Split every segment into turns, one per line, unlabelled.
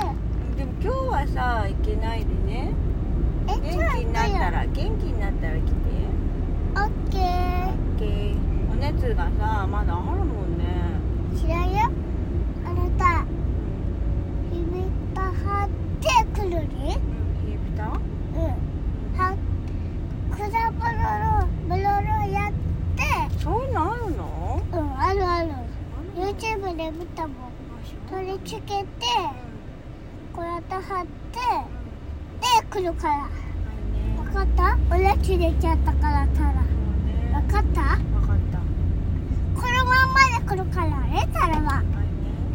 今日はさ行けないでね
え、
元気になったら元気になったら来て
オッケー。
オッケーお熱がさまだあるもんね
知らんよ。あなた、ひびたはってくるね。
うん冷えピタ
うん。は、くだぼろろ、ぼろろやって、
そういうのあるの
うん、あるある。
ある
YouTube で見たもん。取り付けて、こうやって貼って、で、来るから。わかった俺切れちゃったからたら。わかったこのまんまで来るからね、たらは。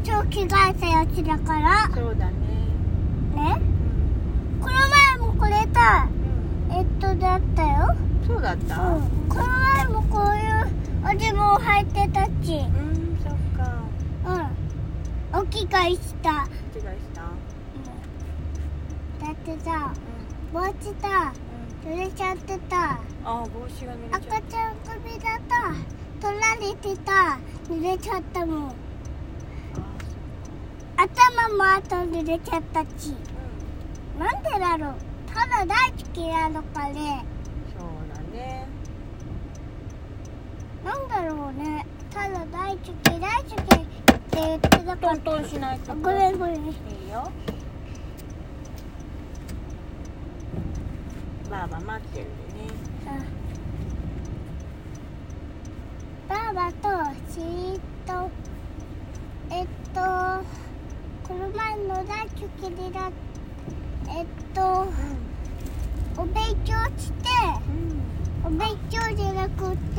今日着替えたやつだから。
そうだね。
ね。
うん
この前もこれた、えっとだったよ。
そうだった。う
うん。この前もこういうおズボン履いてたし。
ん、そっか。
うん。お着替えした。
違いした。
うんだってさ、
う
帽子た、
ん。
濡れちゃってた。
あ、帽子が濡れちゃった
赤。ちゃん首だった。取られてた。濡れちゃったもん。頭もあと濡れちゃったし。なんでだろう。ただ大好きなのかね。
そうだね。
なんだろうね。ただ大好き大好きって言ってたから。
トンしない
あごめんごめん。うん。
いいよ。ばあば待ってるんでね。
ばあばとしーっとえっとこの前の大好きになえっとお勉強して
うん。
お勉強じゃなくて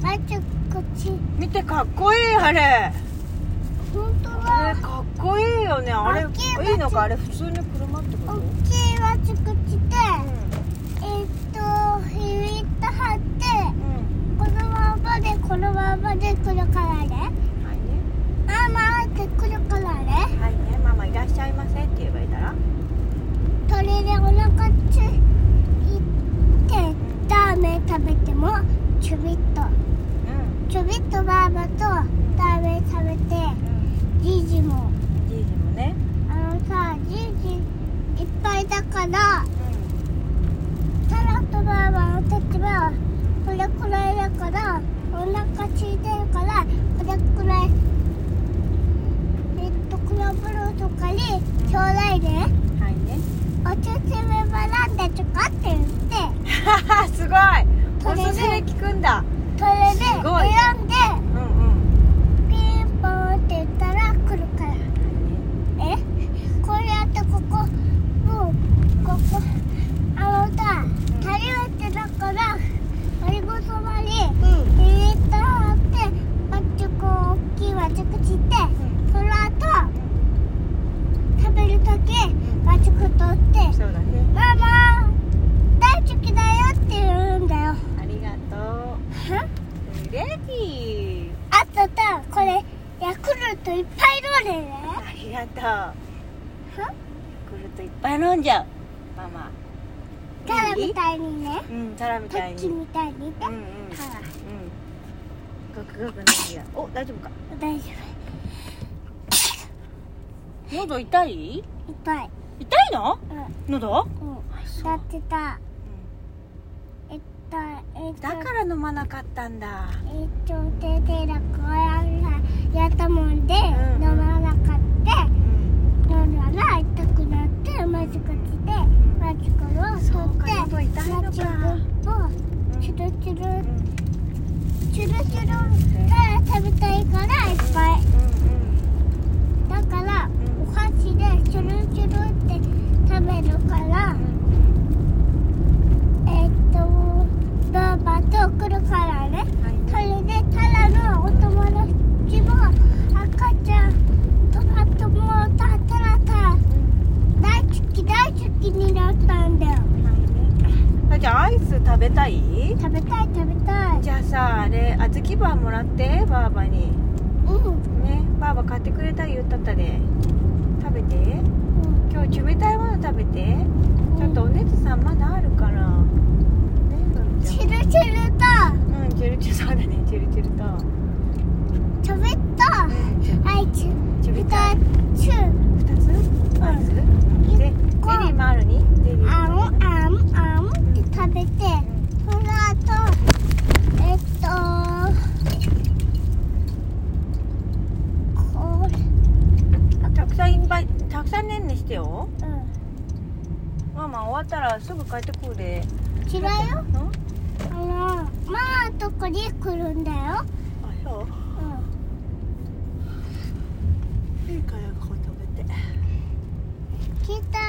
大好きし
見てかっこいいあれ。
本当
あ
は
れかっこいいよね。あれ
大きいバス
いいのかあれ普通の車ってこ
大
と？うん。
きいわつくしてえっとひびっと張って
うん。
このままでこのままで来るからね
はいね。
ママって来るからね
はいね、ママいらっしゃいませって言えばいいだら。
鳥でお腹ついてラーメン食べてもちょびっと
うん。
ちょびっとばあばとラーメン食べてじいじも
じいじもね。
あのさじいじいっぱいだから
う
タラとばあばの時はこれくらいだからお腹ついてるからこれくらいえっとクラブローとかにちょうだいね
ん。はいね。
おすすめはなんだとかって言って
すごい。おすすめ聞くんだ。
それです
ごい
選んで
うんうん。
ピンポンって言ったら来るからえこれやってここもうここあのさ足りわってだから割りごそばに
うん。
入れたらってマッチョコを大きい和食してその後食べるとき和食取って
そうだね。
「ママ大好きだよ」って言うんだよ
ありがと
は
う。レディー。
あとさこれヤクルトいっぱい飲んでね
ありがと
は
う。来るといっぱい飲んじゃう。ママ。
タラみたいにね
うん、タラみ
タ
たい
ッ
に。
チ
うん
みたいにね
うん。う
は
ん。
い
ごくごく飲んじゃう。お、大丈夫か。
大丈
喉痛い？
夫痛い
痛いの？
うんう
喉？
ん
そう
だってさ
うん
えっとえっと
だから飲まなかったんだ。
えっと手でらこうやらやったもんで
んうん
飲まなかった
うん。
飲んだら痛くなってまずくしてまずくを
そ
取
うか
って
喉痛いのか
マジくをチュルチュ
う
ル
ん。
チュルチュルが食べたいからいっぱい
うん
だから
うん
お箸でチュルチュルって食べるからえっとばあばと来るからね
うん。はい
それでただのお友達も赤ちゃんとマトもたたらた大好き大好きになったんだよ
あじゃあアイス食べたい？
食べたい食べたい
じゃあさあれ小豆バーもらってばあばに
うん
ねばあば買ってくれた言ったったで食べて
うん
今日冷たいもの食べてちょっとお熱さんまだあるからねのり
チ
ち
ルチルと
ゃんうんチェルチュそうだねチェルチェルと
チョビとアイチ
チョビ
ビタチュ
二つアイスわったらすぐ帰ってくるで
違うよ
うんあ
あのママのとこに来るんだよ
そう
うん
いいからここ食べて
聞いた